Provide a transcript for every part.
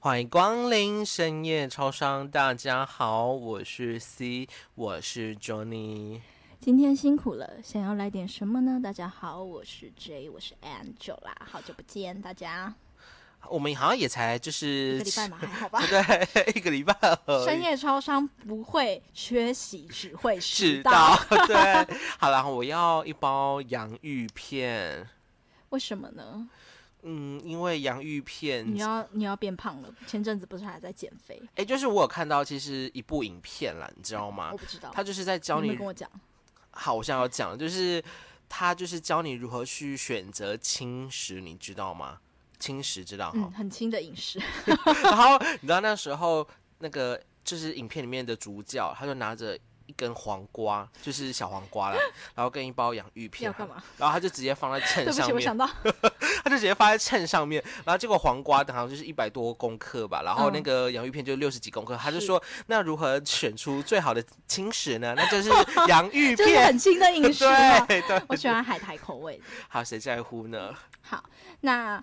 欢迎光临深夜超商，大家好，我是 C，我是 Johnny。今天辛苦了，想要来点什么呢？大家好，我是 J，我是 Angela，好久不见大家。我们好像也才就是。一个礼拜嘛，还好吧对， 一个礼拜而已深夜超商不会缺席，只会迟知到道。。 对，好啦，我要一包洋芋片。为什么呢？嗯，因为洋芋片你要你要变胖了，前阵子不是还在减肥？哎、就是我有看到，其实一部影片啦，你知道吗我？不知道，啊他就是在教你有没你啊有，跟我讲，好，我想要讲，就是他就是教你如何去选择轻食，你知道吗？轻食知道哈。嗯，很轻的饮食，然后你知道那时候那个就是影片里面的主角，他就拿着一根黄瓜，就是小黄瓜啦，然后跟一包洋芋片要， 干嘛？然后他就直接放在对秤不上起，我面，想到他就直接放在秤上面，然后结果黄瓜好像就是一百多公克吧，然后嗯那个洋芋片就六十几公克，他就是说那如何选出最好的轻食呢？那就是洋芋就是片，很轻的饮食嘛。 对对，我喜欢海苔口味的。好谁在乎呢？好，那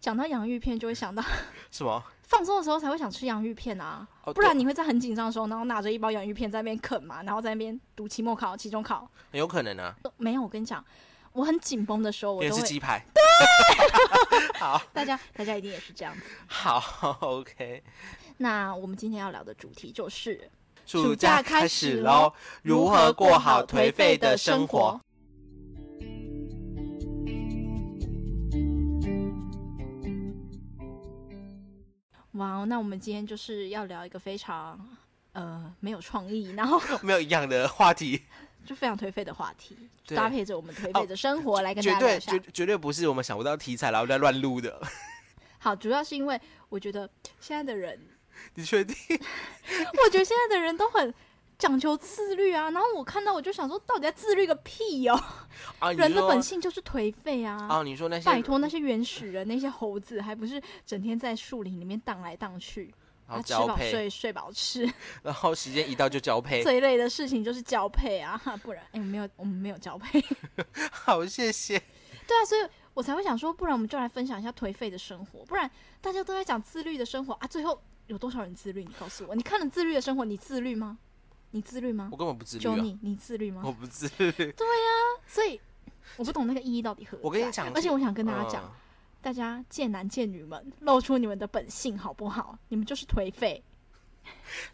讲到洋芋片，就会想到什么？放松的时候才会想吃洋芋片啊，哦不然你会在很紧张的时候，然后拿着一包洋芋片在那边啃嘛，然后在那边读期末考、期中考。对很有可能啊，都没有，我跟你讲，我很紧绷的时候，我也都是会。鸡排。大家大家一定也是这样子。好，OK，那我们今天要聊的主题就是暑暑假假开开始始喽咯，如何过好颓废的生活？。哇哦，那我们今天就是要聊一个非常呃没有创意，然后 没有一样的话题，就非常颓废的话题，对哦搭配着我们颓废的生活来跟大绝家聊对一下绝。绝对不是我们想不到题材然后再乱录的。好，主要是因为我觉得现在 的人你确定？我觉得现在的人都很讲求自律啊，然后我看到我就想说，到底在自律个屁哦！啊，你人的说本性就是颓废啊！啊，你说那些拜托，那些原始人、那些猴子，还不是整天在树林里面荡来荡去，然啊，后吃交饱配，哎睡，睡饱吃，然后时间一到就交配。最累的事情就是交配啊！哈不然，哎、我没有，我们没有交配。好，谢谢。对啊，所以我才会想说，不然我们就来分享一下颓废的生活，不然大家都在讲自律的生活啊，最后有多少人自律？你告诉我，你看了自律的生活，你自律吗？你自律吗我？根本不自律就啊，你，你自律吗？我不自律。所以我不懂那个意义到底何在。我跟你讲而且我想跟大家嗯讲，大家贱男贱女们，露出你们的本性好不好？你们就是颓废。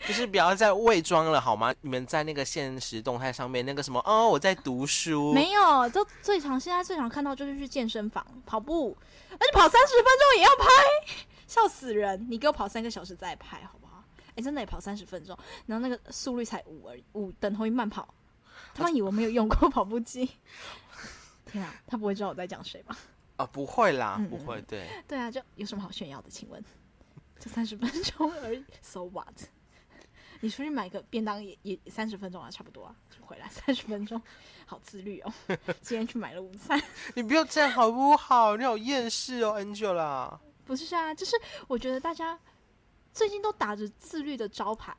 就是不要再伪装了好吗？你们在那个现实动态上面那个什么哦，我在读书，没有，就最常现在最常看到就是去健身房跑步，而且跑三十分钟也要拍，笑死人！你给我跑三个小时再拍好不好？哎、真的也跑三十分钟，然后那个速率才五而已，五等同于慢跑。他们以为我没有用过跑步机。 天啊，他不会知道我在讲谁吧？啊，不会啦，嗯不会，对，对啊，就有什么好炫耀的？请问，就三十分钟而已，so what？你出去买个便当也也三十分钟啊，差不多啊，就回来三十分钟，好自律哦。今天去买了午餐，你不要这样好不好？你好厌世哦，Angela。不是啊，就是我觉得大家最近都打着自律的招牌，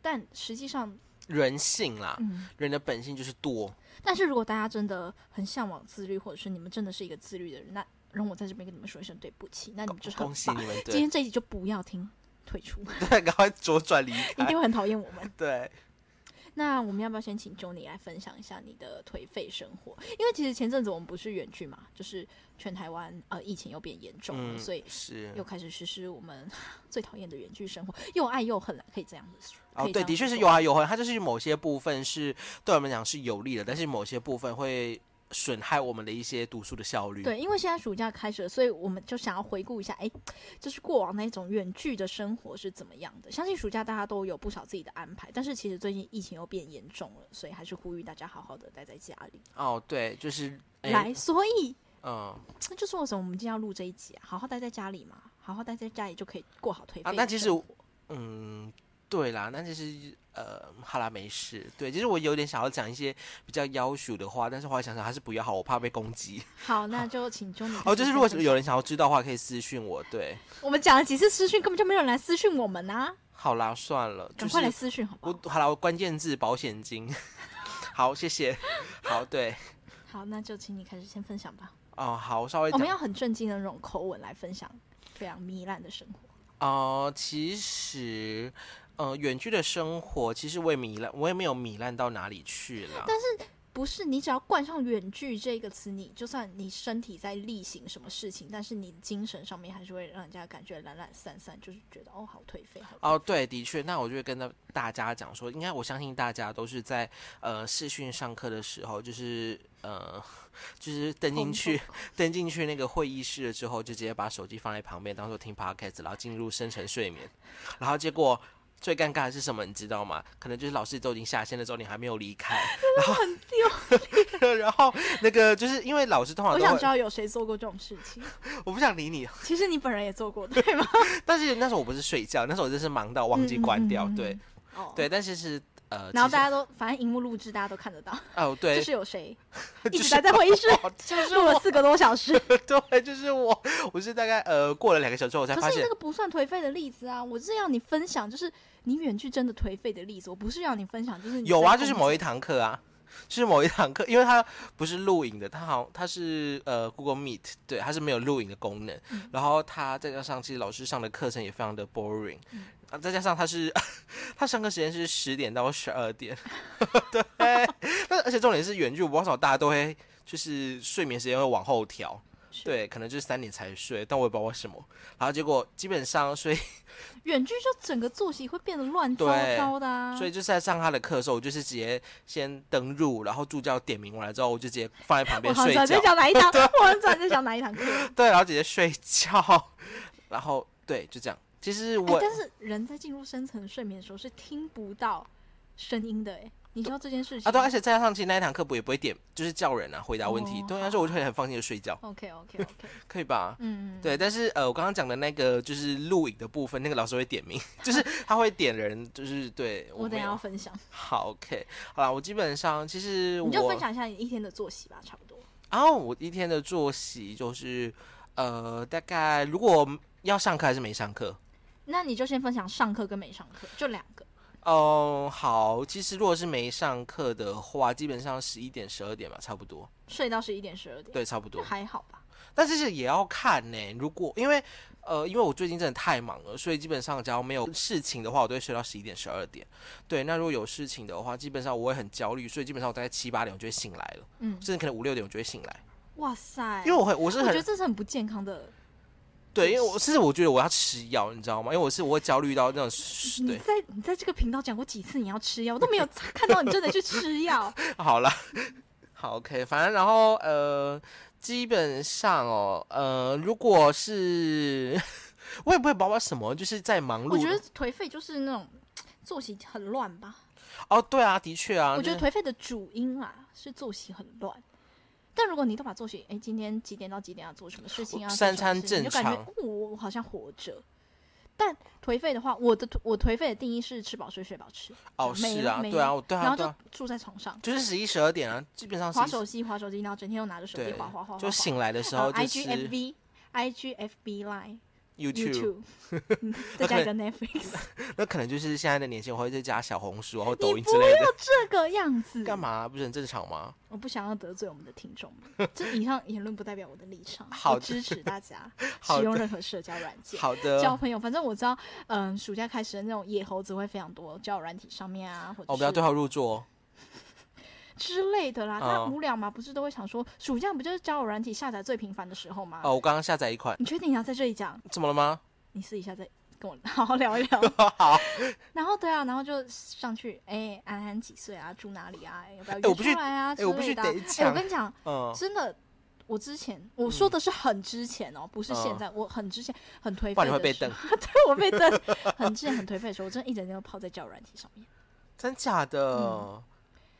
但实际上，人性啦，嗯，人的本性就是惰。但是如果大家真的很向往自律，或者是你们真的是一个自律的人，那容我在这边跟你们说一声对不起，那你们就是很恭喜棒。你们，今对天这一集就不要听，退出， 对，赶快左转离一开定。会很讨厌我们。对，那我们要不要先请 Johnny 来分享一下你的颓废生活？因为其实前阵子我们不是远距嘛，就是全台湾呃疫情又变严重了，嗯，所以是又开始实施我们 最讨厌的远距生活，又爱又恨啦，可以这样子说。哦可，以这对，样的确子是说有爱有啊恨，它就是某些部分是对我们讲是有利的，但是某些部分会损害我们的一些读书的效率。，对，因为现在暑假开始了，所以我们就想要回顾一下，哎，就是过往那种远距的生活是怎么样的。相信暑假大家都有不少自己的安排，但是其实最近疫情又变严重了，所以还是呼吁大家好好的待在家里。哦，对，就是哎来，所以嗯那就是为什么我们今天要录这一集啊？好好待在家里嘛，好好待在家里就可以过好颓废的啊生活、那其实嗯，对啦，那就是呃，好啦，没事。对，其实我有点想要讲一些比较妖俗的话，但是后来想想还是不要好，我怕被攻击。 好，那就请中你哦，就是如果有人想要知道的话，可以私信我。对，我们讲了几次私讯，根本就没有人来私讯我们啊！好啦，算了，就赶是快来私讯好不我好？好了，我关键字保险金。 好，谢谢。好，对，好，那就请你开始先分享吧。哦，好，我稍微我讲们。要很正经的那种口吻来分享非常糜烂的生活。哦，其实，呃，远距的生活，其实我也糜烂，我也没有糜烂到哪里去了。但是不是你只要冠上“远距”这个词，你就算你身体在例行什么事情，但是你精神上面还是会让人家感觉懒懒散散，就是觉得哦，好颓废，好哦，对，的确，那我就会跟大大家讲说，应该我相信大家都是在呃视讯上课的时候，就是呃， 就是登进去，登进去那个会议室了之后，就直接把手机放在旁边，当做听 podcast，然后进入深沉睡眠，然后结果。最尴尬的是什么，你知道吗？可能就是老师都已经下线了之后，你还没有离 开，然后 然后那个就是因为老师通常我都想会知，道有谁做过这种事情。我不想理你，其实你本人也做过，对吗？但是那时候我不是睡觉，那时候我真是忙到 忘记关掉，嗯嗯嗯嗯对哦，。对，但是是呃，然后其实大家都，反正荧幕录制大家都看得到，哦对，就是有谁 一就直是待在会议室我就是录了四个多小时。对，就是我，我是大概呃过了两个小时之后，我才可发是你现那个不算颓废的例子啊，我是要你分享，就是你远距真的颓废的例子，我不是要你分享，就是你有啊，在就是工作某一堂课啊，就是某一堂课，因为它不是录影的，它好像它是呃 Google Meet，对，它是没有录影的功能，嗯然后它再加上其实老师上的课程也非常的 boring，、啊，嗯再加上它是 它上课时间是十点到十二点， 对，但而且重点是远距，我不知道为什么大家都会就是睡眠时间会往后调。是对，可能就是三点才睡，但我也不知道为什么。然后结果基本上，所以远距就整个作息会变得乱糟对糟的啊。所以就是在上他的课的时候，我就是直接先登入，然后助教点名完了之后，我就直接放在旁我边好睡像在觉，讲哪 一堂，我好像在讲哪一堂课。哎对，然后直接睡觉，然后对，就这样。其实哎 我、但是人在进入深层睡眠的时候是听不到声音的、哎，你知道这件事情啊，对，而且再加上其实那一堂课不也不会点，就是叫人啊回答问题，哦对，但是我就很放心的睡觉， OK OK OK，可以吧？嗯，嗯， 对，但是呃，我刚刚讲的那个就是录影的部分，那个老师会点 名，就是他会点人，就是对我等没一下有要分享，好 OK，好啦，我基本上其实我你就分享一下你一天的作息吧，差不多。然后我一天的作息就是，呃，大概如果要上课还是没上课？那你就先分享上课跟没上课，就两个。哦、好，其实如果是没上课的话，基本上十一点、十二点吧，差不多，睡到十一点、十二点，对，差不多就。还好吧。但是是也要看呢、如果因为呃，因为我最近真的太忙了，所以基本上只要没有事情的话，我都会睡到十一点、十二点。对，那如果有事情的话，基本上我会很焦虑，所以基本上我大概七八点我就会醒来了，嗯，甚至可能五六点我就会醒来，哇塞，因为我会我是我觉很得这是很不健康的。对，因为我甚至我觉得我要吃药，你知道吗？因为我是我会焦虑到那 种，你对，在你在这个频道讲过几次你要吃药，我都没有 看到你真的去吃药。好了，好 OK，反正然后呃，基本上哦，呃，如果是 我也不会包括什么，就是在忙碌，我觉得颓废就是那种作息很乱吧。哦，对啊，的确啊，我就觉得是颓废的主因啊是作息很乱。但如果你都把作息，哎、今天几点到几点要做什么事情啊？我三做什么餐事情你就感觉正常哦我我好像活着。但颓废的话，我的颓我颓废的定义是吃饱睡，睡饱吃，哦没是了啊，没对啊，了我对然啊后对啊，就住在床上，就是十一十二点啊，基本上划11手机，划手机，然后整天又拿着手机对划划划，就醒来的时然后候就哦 I 是 G F V I G F B Line YouTube， YouTube，嗯 再加一个 Netflix，那可能就是现在的年轻人会再加小红书或抖你音不之类的，要这个样子。干嘛、不是很正常吗？我不想要得罪我们的听众 们，这以上言论不代表我的立场，好的我支持大家 好使用的任何社交软件。好的，交朋友，反正我知道，嗯，暑假开始的那种野猴子会非常多，交友软体上面啊，或哦，不要对者号入座、哦。是之类的啦。大家嗯无聊嘛，不是都会想说，暑假不就是交友软体下载最频繁的时候吗？哦，我刚刚下载一款，你确定你要在这里讲？怎么了吗？你私底下再跟我 好好聊一聊。 好，然后对啊，然后就上去，哎，安安几岁啊？住哪里啊？哎要不要我约必出须来啊？哎我必须之类的啊得哎我讲跟你讲，嗯，真的，我之前我说的是很之前哦，不是现在，我很之前很颓废，不然你会被瞪。 对，我被瞪，很之前很颓废的时候，我真的一整天都泡在交友软体上面。真假的？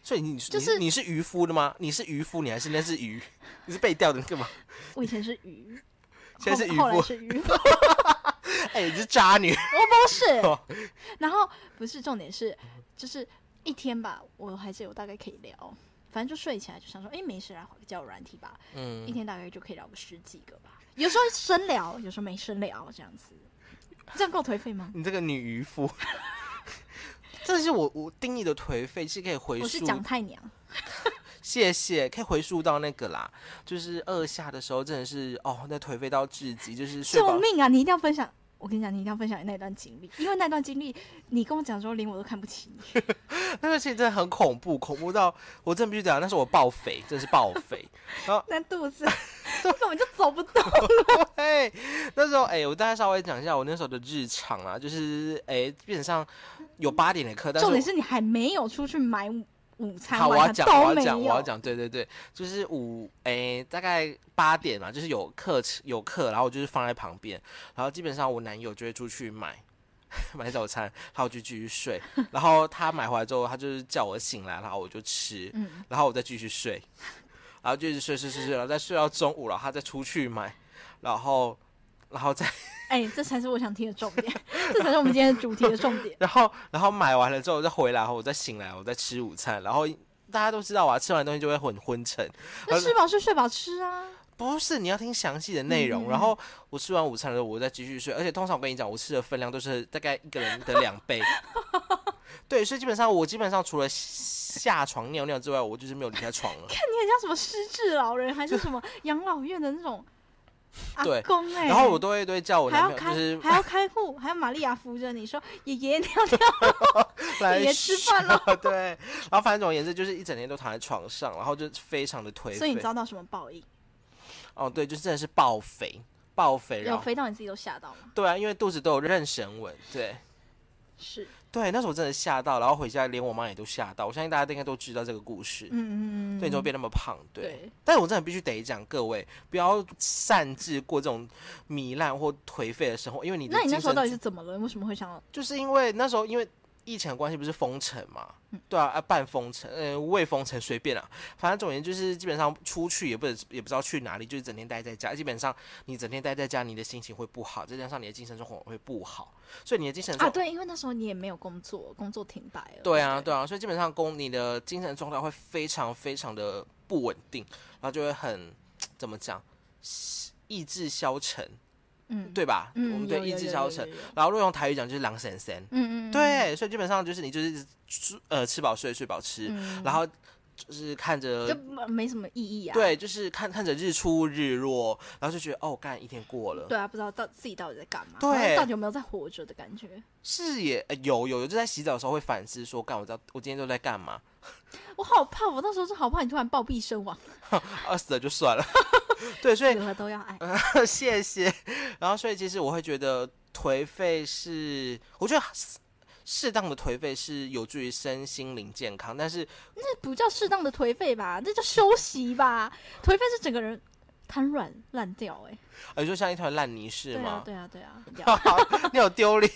所以你就你是你是渔夫的吗？你是渔夫，你还是那是鱼？ 你是被钓的干嘛？我以前是鱼，现在是后渔后来夫是鱼，我 哎、你是渣女。 哦不是。然后不是重点是，就是一天吧，我还是有大概可以聊。反正就睡起来就想说，哎、没事来划个交友软体吧，一嗯，天大概就可以聊个十几个吧。有时候深聊，有时候没深聊，这样子，这样够颓废吗？ 你这个女渔夫， 这是我我定义的颓废，是可以回我是溯。蒋太娘。谢谢，可以回溯到那个啦，就是二下的时候，真的是哦，那颓废到至极，就是睡救饱。命啊！你一定要分享我跟你讲，你一定要分享你那段经历，因为那段经历，你跟我讲之后，连我都看不起你。那个其实真的很恐怖，恐怖到我真的必须讲，那是我报肥，真的是报肥。那 肚子根本就走不动。对，那时候哎、我大概稍微讲一下我那时候的日常啊，就是哎、基本上有八点的课，但重点是是你还没有出去买午午餐，好，我要晚讲，餐我要都没讲，我要有。讲，对对对，就是五哎、大概八点嘛，就是有课有课，然后我就是放在旁边，然后基本上我男友就会出去买。 买早餐，然后我就继续睡，然后他买回来之后，他就是叫我醒来，然后我就吃，嗯，然后我再继续睡，然后就一直睡睡睡睡，然后再睡到中午，然后他再出去买，然后然后再。哎、这才是我想听的重点， 这才是我们今天的主题的重点然后然后买完了之后我再回来，然后我再醒来，我再吃午餐，然后大家都知道啊，吃完东西就会很昏沉。那吃饱睡，睡饱吃啊。不是，你要听详细的内嗯容。然后我吃完午餐的时候，我再继续睡。而且通常我跟你讲，我吃的分量都是大概一个人的两 倍。对，所以基本上我基本上除了下床尿尿之外，我就是没有离开床 了。看你很像什么失智老人，还是什么养老院的那种阿对公哎、然后我都会都会叫我还男要朋友，开、就是还要开户，还有玛利亚扶着你说爷 爷尿尿，来也吃饭了， 对。然后反正总而言之，就是一整天都躺在床上，然后就非常的颓所以你废。遭到什么报应？哦，对，就真的是爆肥，爆肥，然有后肥到你自己都吓到吗？对啊，因为肚子都有妊娠纹，对是，对，那时候我真的吓到，然后回家连我妈也都吓到。我相信大家应该都知道这个故事，嗯嗯嗯，对，你就会变那么胖，对。对，但是我真的必须得讲，各位不要擅自过这种糜烂或颓废的生活，因为你的那你那精时候神到底是怎么了？为什么会想到？就是因为那时候因为疫情的关系，不是封城嘛？对啊，啊半封城，嗯、未封城随便啊，反正总而言之就是基本上出去也不也不知道去哪里，就是整天待在家。基本上你整天待在家，你的心情会不好，再加上你的精神状况会不好，所以你的精神状啊，对，因为那时候你也没有工作，工作停摆了。对啊，对对啊，所以基本上工你的精神状态会非常非常的不稳定，然后就会很怎么讲，意志消沉，不对，嗯，对吧？嗯，我们对有意志消，沉有有，有有有嗯然后如果用台语讲就是狼神神。嗯嗯，嗯，对，所以基本上就是你就是吃呃吃饱睡，睡饱吃，嗯然后就是看就着。没没什么意义啊。呃对，就是看看着日出日落，然后就觉得哦，干一天过了。对啊，不知道到自己到底在干嘛，对然后到底有没有在活着的感觉？是也、呃有有有，就在洗澡的时候会反思说，干我知道我今天都在干嘛，我好怕，我那时候是好怕你突然暴毙身亡，啊死了就算了。 对，所以死了都要爱。 谢谢。然后，所以其实我会觉得颓废是，我觉得适适当的颓废是有助于身心灵健康，但是这不叫适当的颓废吧？这叫休息吧？颓废是整个人瘫软烂掉、欸，哎，呃，就像一团烂泥是对吗啊，？对啊，对啊，烂掉好你有丢脸。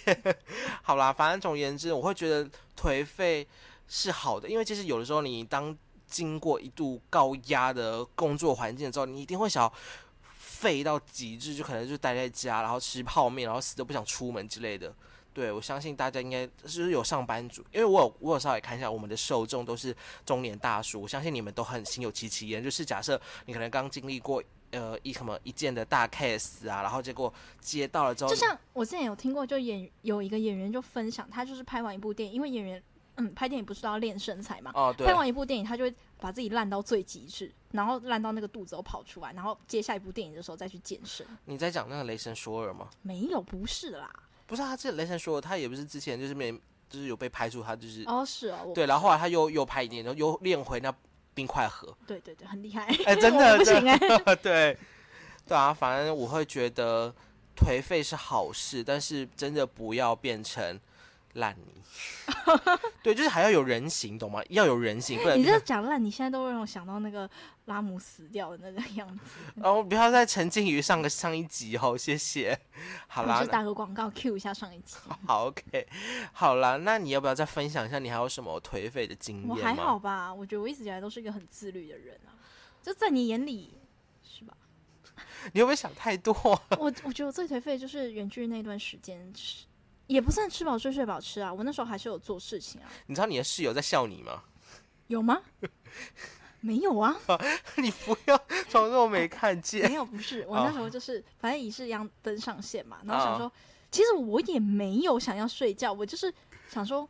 好啦，反正总而言之，我会觉得颓废是好的，因为其实有的时候你当经过一度高压的工作环境之后，你一定会想要废到极致，就可能就待在家，然后吃泡面，然后死都不想出门之类的。对，我相信大家应该就是有上班族，因为我有我有稍微看一下我们的受众都是嗯中年大叔，我相信你们都很心有戚戚焉。就是假设你可能刚经历过呃一什么一件的大 case 啊，然后结果接到了之后，就像我之前有听过，就演有一个演员就分享，他就是拍完一部电影，因为演员嗯拍电影不是都要练身材嘛，哦，对拍，完一部电影，他就会把自己烂到最极致，然后烂到那个肚子都跑出来，然后接下一部电影的时候再去健身。你在讲那个雷神索尔吗？没有，不是啦，不是啊，这雷神索尔他也不是之前就是没就是有被拍出他就是、哦是哦，我对，然后后来他又又拍一年，然后又练回那冰块 盒，对对对，很厉害， 哎真的 我不真的行哎、对，对啊，反正我会觉得颓废是好事，但是真的不要变成烂泥。 对，就是还要有人形，懂吗？要有人形，不然你这讲烂，你现在都让我想到那个拉姆死掉的那个样子。然哦后不要再沉浸于上个上一集哦，谢谢。好我啦就，打个广告 Q 一下上一集。 好 OK，好啦，那你要不要再分享一下你还有什么颓废的经验嗯吗？我还好吧，我觉得我一直以来都是一个很自律的人啊，就在你眼里是 吧？你会不会想太多 啊？我我觉得我最颓废就是远距离那段时间吃，也不算吃饱睡睡饱吃啊，我那时候还是有做事情啊，你知道你的室友在笑你吗？ 有吗？没有啊，你不要装作没看见。没有，不是我哦那时候就是反正也是一样登上线嘛，然后想说，其实我也没有想要睡觉，我就是想说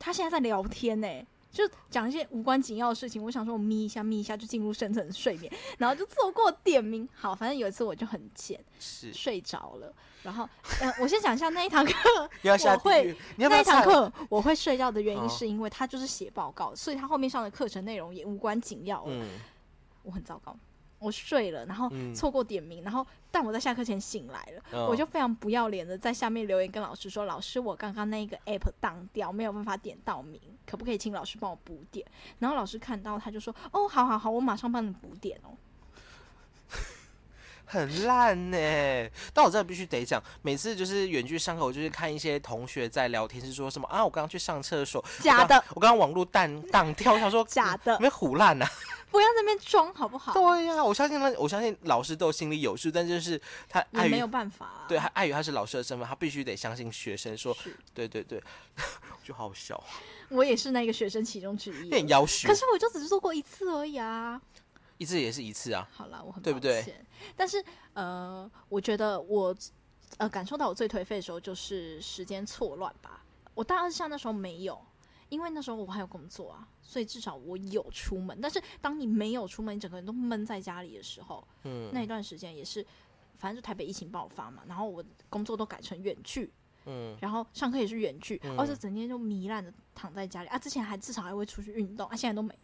他现在在聊天呢、就讲一些无关紧要的事情。我想说，我眯一下，眯一下就进入深层睡眠，然后就错过点名。好，反正有一次我就很贱，是睡着了。然后，呃，我先讲一下那一堂课你要下我地狱， 你要不那要一唱？堂课我会睡觉的原因哦是因为他就是写报告，所以他后面上的课程内容也无关紧要了。嗯，我很糟糕，我睡了，然后嗯错过点名，然后但我在下课前醒来了，嗯我就非常不要脸的在下面留言跟老师说：“老师，我刚刚那个 app 当掉，没有办法点到名，可不可以请老师帮我补点？”然后老师看到他就说：“哦，好好好，我马上帮你补点 哦。很烂呢、但我真的必须得讲，每次就是远距上课，我就是看一些同学在聊天，是说什么啊，我刚刚去上厕所，”假的，我刚刚网络荡荡跳，我想说假的没唬烂啊。不要在那边装好不好？对啊呀、我相信那我相信老师都心里有数，但就是他碍也没于有办法、啊。对他碍于他是老师的身份，他必须得相信学生说，是对啊对对， 就好笑，我也是那个学生其中之一有。点要求可，是我就只是做过一次而已啊。一次也是一次啊，好啦，我很抱歉对不对但是呃，我觉得我呃感受到我最颓废的时候就是时间错乱吧。我大二下那时候没有，因为那时候我还有工作啊，所以至少我有出门。但是当你没有出门，你整个人都闷在家里的时候，嗯那一段时间也是，反正就台北疫情爆发嘛，然后我工作都改成远距，嗯，然后上课也是远距，嗯而且整天就糜烂的躺在家里啊。之前还至少还会出去运动啊，现在都没，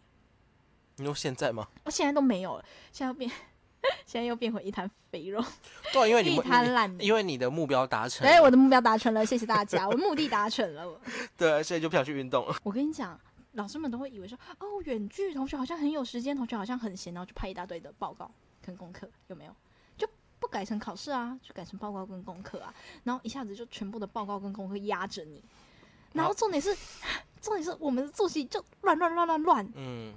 你说现在吗？我哦现在都没有了，现在变， 现在又变回一滩肥肉，对啊，因为你一们滩烂你泥。因为你的目标达成，哎，我的目标达成了，谢谢大家，我目的达成 了。对，所以就不想去运动了。我跟你讲，老师们都会以为说，哦，远距同学好像很有时间，同学好像很闲，然后就拍一大堆的报告跟功课，有没有？就不改成考试啊，就改成报告跟功课啊，然后一下子就全部的报告跟功课压着你。然后好重点是， 重点是我们的作息就乱乱乱乱乱，嗯，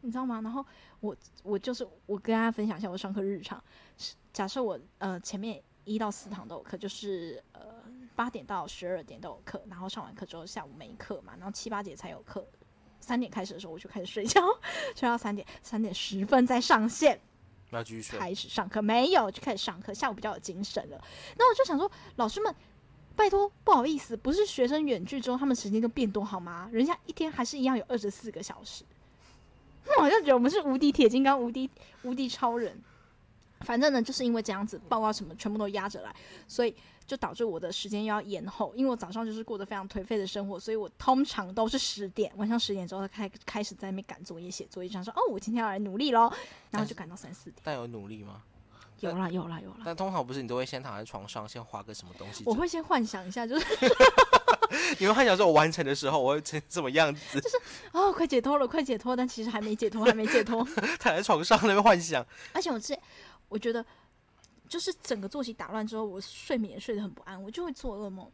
你知道吗？然后我我就是我跟大家分享一下我上课日常。是假设我呃前面一到四堂都有课，就是呃八点到十二点都有课，然后上完课之后下午没课嘛，然后七八点才有课。三点开始的时候我就开始睡觉， 睡到三点，三点十分再上线我要继续睡。开始上课，没有就开始上课，下午比较有精神了。那我就想说，老师们，拜托，不好意思，不是学生远距之后他们时间就变多好吗？人家一天还是一样有二十四个小时。 那我就觉得我们是无敌铁金刚、无敌无敌超人。反正呢，就是因为这样子，报告什么全部都压着来，所以就导致我的时间又要延后。因为我早上就是过得非常颓废的生活，所以我通常都是十点，晚上十点之后开开始在那边赶作业、写作业，想说哦，我今天要来努力喽，然后就赶到三四点。但有努力吗？有啦有啦有啦，但通常不是你都会先躺在床上，先划个什么东西之类的？我会先幻想一下，就是你们幻想说我完成的时候我会成什么样子？哦，快解脱了，快解脱，但其实还没解脱，还没 解脱。躺在床上那边幻想，而且我之前我觉得，就是整个作息打乱之后，我睡眠也睡得很不安，我就会做噩梦，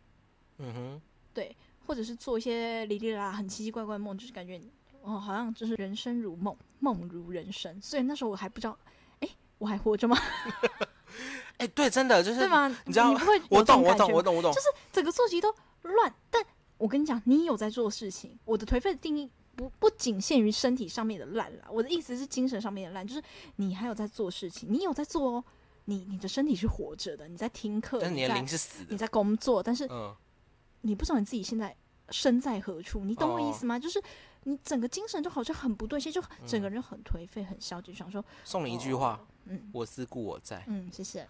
嗯哼，或者是做一些哩哩啦啦很奇奇怪怪的梦，就是感觉哦，好像就是人生如梦，梦如人生。所以那时候我还不知道，哎，我还活着吗？哎、对，真的就是对，吗？你知道不会有我这懂，种我感觉懂，吗我懂，我懂，就是整个作息都乱。但我跟你讲，你有在做事情。我的颓废的定义不不仅限于身体上面的烂啦，我的意思是精神上面的烂，就是你还有在做事情，你有在做哦，你你的身体是活着的，你在听课，但是你的在灵是死你的，在工作，但是嗯，你不知道你自己现在身在何处，你懂我意哦嗯思吗？就是你整个精神就好像很不对劲，就整个人很颓废、很消极，想说送你一句话：哦嗯我思故我在。嗯，谢谢。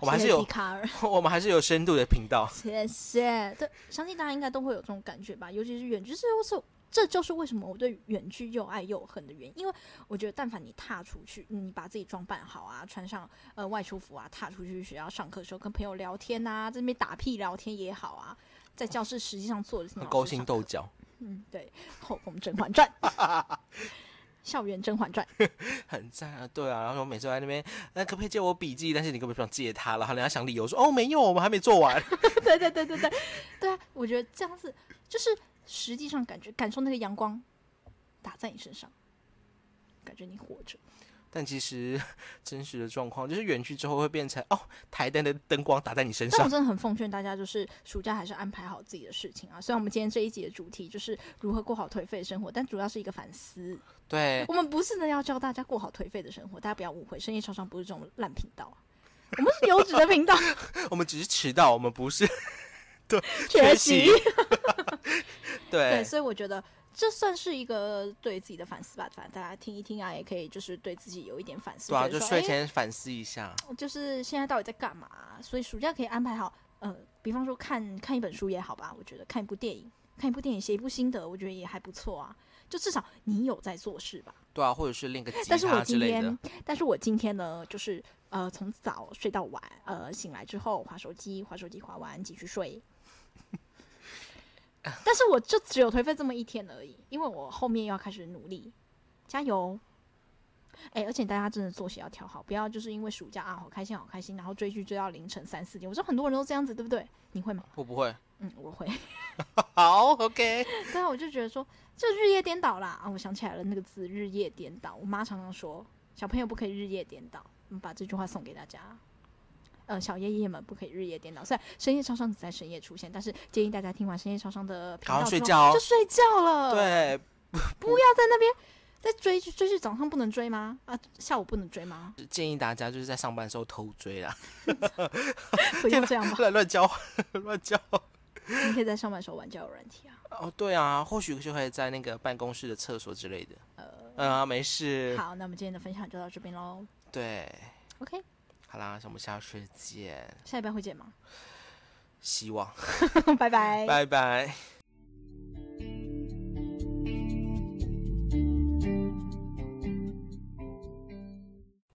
我们还谢是谢有笛，卡尔。我们还是有深度的频道。谢谢。对，相信大家应该都会有这种感觉吧，尤其是远距，这就是这就是为什么我对远距又爱又恨的原因，因为我觉得但凡你踏出去，嗯你把自己装扮好啊，穿上呃外出服啊，踏出去学校上课的时候跟朋友聊天啊，在那边打屁聊天也好啊，在教室实际上坐着听很老勾师心上斗课，角，嗯，对，后宫《甄嬛传》，校园《甄嬛传》。很赞啊！对啊，然后我每次都在那边，那可不可以借我笔记？但是你根本不想借他了，然后人家想理由说：“哦，没有，我们还没做完。 对对对对对，对啊，我觉得这样子就是实际上感觉感受那个阳光打在你身上，感觉你活着。”但其实真实的状况就是远去之后会变成哦，台灯的灯光打在你身但我上，真的很奉劝大家，就是暑假还是安排好自己的事情啊。虽然我们今天这一集的主题就是如何过好颓废的生活，但主要是一个反思。对，我们不是呢要教大家过好颓废的生活，大家不要误会，深夜超商不是这种烂频道啊。我们是优质的频道，我们只是迟到，我 们不是学习习。。对对，，所以我觉得这算是一个对自己的反思吧，反正大家听一听啊，也可以就是对自己有一点反思，对啊，觉得就说睡诶前反思一下。就是现在到底在干嘛、所以暑假可以安排好，呃，比方说看看一本书也好吧，我觉得看一部电影，看一部电影写一部心得，我觉得也还不错啊。就至少你有在做事吧。对啊，或者是练个吉但是我他之今类的天。，但是我今天呢，就是呃，从早睡到晚，呃，醒来之后划手机，划手机划完继续睡。啊但是我就只有颓废这么一天而已，因为我后面要开始努力，加油！哎、而且大家真的作息要调好，不要就是因为暑假啊，好开心，好开心，然后追剧追到凌晨三四点。我知道很多人都这样子，对不对？你会吗？我不会。 嗯，我会。好，OK。对啊，我就觉得说，就日夜颠倒啦啊！我想起来了，那个字“日夜颠倒”，我妈常常说，小朋友不可以日夜颠倒。我们把这句话送给大家。呃，小爷爷们不可以日夜颠倒，虽然深夜超商只在深夜出现，但是建议大家听完深夜超商的频赶快道之睡后觉哦就睡觉了。，对，不要在那边在追剧，追剧早上不能追吗？啊，下午不能追吗？建议大家就是在上班的时候偷追啦， 不要这样吧，乱乱交换，乱交换。你可以在上班的时候玩交友软体啊。哦，对啊，或许就会在那个办公室的厕所之类的。嗯、啊，没事。呃好，那我们今天的分享就到这边喽。对， OK，好啦，我们下次见，下礼拜会见吗？希望， 拜拜。拜拜。